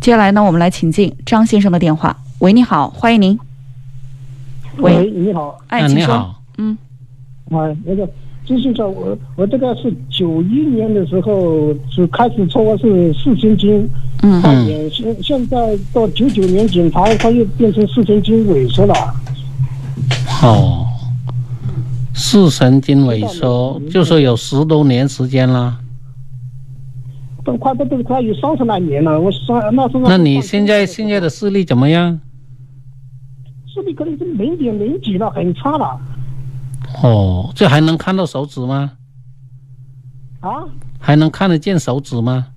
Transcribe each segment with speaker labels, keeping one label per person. Speaker 1: 接下来呢，我们来请进张先生的电话。喂，你好，欢迎您。喂，
Speaker 2: 喂，你好，
Speaker 1: 哎，
Speaker 3: 嗯
Speaker 1: 请
Speaker 3: 你
Speaker 1: 说。
Speaker 3: 好，
Speaker 1: 嗯
Speaker 2: 啊，那个就是说我我这个是九一年的时候是开始抽是四千斤
Speaker 1: 嗯
Speaker 2: 差点，现、现在到九九年检查它又变成四千斤萎缩了，
Speaker 3: 哦，视神经萎缩
Speaker 2: 嗯，
Speaker 3: 就是有十多年时间啦。
Speaker 2: 都快都都快有三十来年了，我三那时候
Speaker 3: 那你现在现在的视力怎么样？
Speaker 2: 视力可能是零点零几了，很差了
Speaker 3: 哦，这还能看到手指吗？
Speaker 2: 啊，
Speaker 3: 还能看得见手指吗？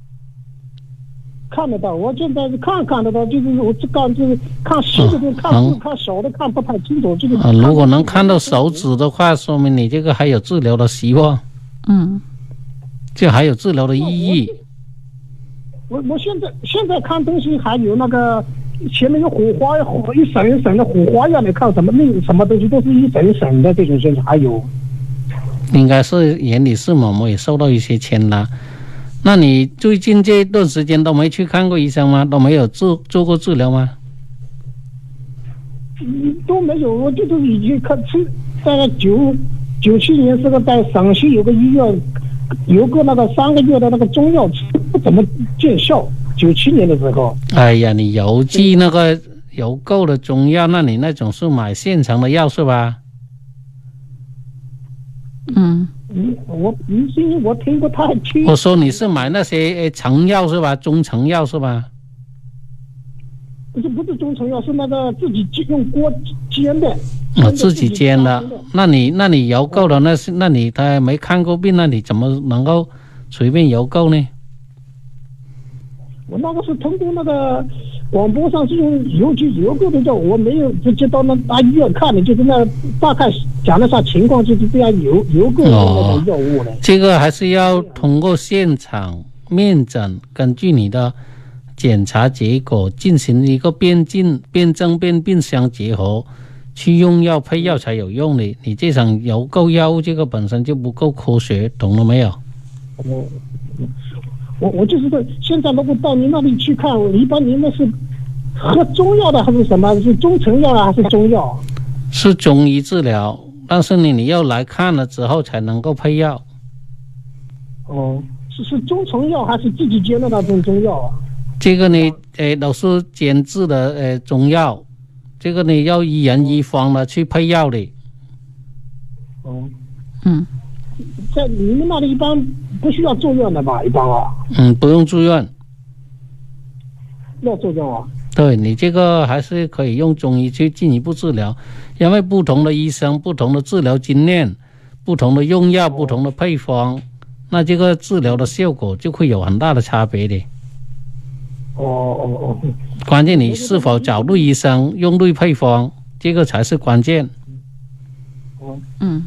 Speaker 2: 看得到，我现在是看看得到，就是我这看就是看细的都看
Speaker 3: 能
Speaker 2: 不看小的看不太清楚，这个
Speaker 3: 啊，如果能看到手指的话，说明你这个还有治疗的希望，
Speaker 1: 嗯
Speaker 3: 这还有治疗的意义。
Speaker 2: 我我现在现在看东西还有那个前面有火花，火一闪一闪的火花一样的，看什么那什么东西都是一闪一闪的这种现象还有。
Speaker 3: 应该是眼里视网膜也受到一些牵拉。那你最近这一段时间都没去看过医生吗？都没有做做过治疗吗？
Speaker 2: 嗯都没有，我就是已经看去，大概九九七年时候在陕西有个医院，有个那个三个月的那个中药吃不怎么见效。九七年的时候，
Speaker 3: 哎呀，你邮寄那个邮购的中药，那你那种是买现成的药是吧？
Speaker 1: 嗯
Speaker 2: 嗯，我嗯，是因为我听过太清
Speaker 3: 我，说你是买那些呃成药是吧？中成药是吧？
Speaker 2: 不是不是中成药，是那个自己用锅煎的。
Speaker 3: 我哦自己煎的
Speaker 2: 自己发明。
Speaker 3: 那你那你邮购的那是，那你他没看过病，那你怎么能够随便邮购呢？
Speaker 2: 我那个是通过那个广播上是用邮局邮购的叫，我没有直接到那大医院看的，就是那大概讲了下情况，就是这样邮邮购的那种药物的。
Speaker 3: 这个还是要通过现场面诊，根据你的检查结果进行一个辩证、辩证、辩病相结合，去用药配药才有用的。你这种邮购药物这个本身就不够科学，懂了没有？
Speaker 2: 我我我就是说，现在如果到您那里去看，我一般您那是喝中药的还是什么？是中成药啊，还是中药？
Speaker 3: 是中医治疗，但是你你要来看了之后才能够配药。
Speaker 2: 哦，是是中成药还是自己煎的那种中药啊？
Speaker 3: 这个呢，呃，都是煎制的呃中药，这个呢要一人一方的去配药的。
Speaker 2: 哦，
Speaker 1: 嗯
Speaker 2: 在你们那里一般不需要住院的吧？一般啊，
Speaker 3: 嗯，不用住院。
Speaker 2: 要住院啊？
Speaker 3: 对你这个还是可以用中医去进一步治疗，因为不同的医生、不同的治疗经验、不同的用药、不同的配方，那这个治疗的效果就会有很大的差别的。
Speaker 2: 哦哦哦。
Speaker 3: 关键你是否找对医生，用对配方，这个才是关键。
Speaker 2: 哦
Speaker 1: 嗯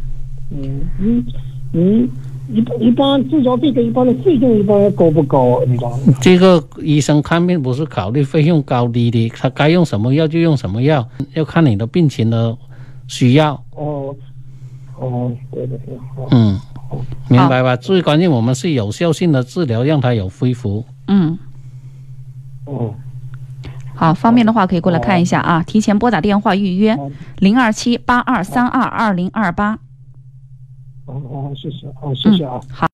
Speaker 2: 嗯，你你一般一般治疗这个一般的费用一般高不高？你知道吗？
Speaker 3: 这个医生看病不是考虑费用高低的，他该用什么药就用什么药，要看你的病情的需要。
Speaker 2: 哦哦，对对对，好
Speaker 3: 嗯，明白吧？最关键我们是有效性的治疗，让他有恢复。
Speaker 1: 嗯，
Speaker 2: 哦，
Speaker 1: 好，方便的话可以过来看一下啊，提前拨打电话预约
Speaker 2: 好
Speaker 3: 哦
Speaker 1: 零二七八二三二二零二八。
Speaker 2: 哦哦，谢谢，哦谢谢啊。
Speaker 1: 好。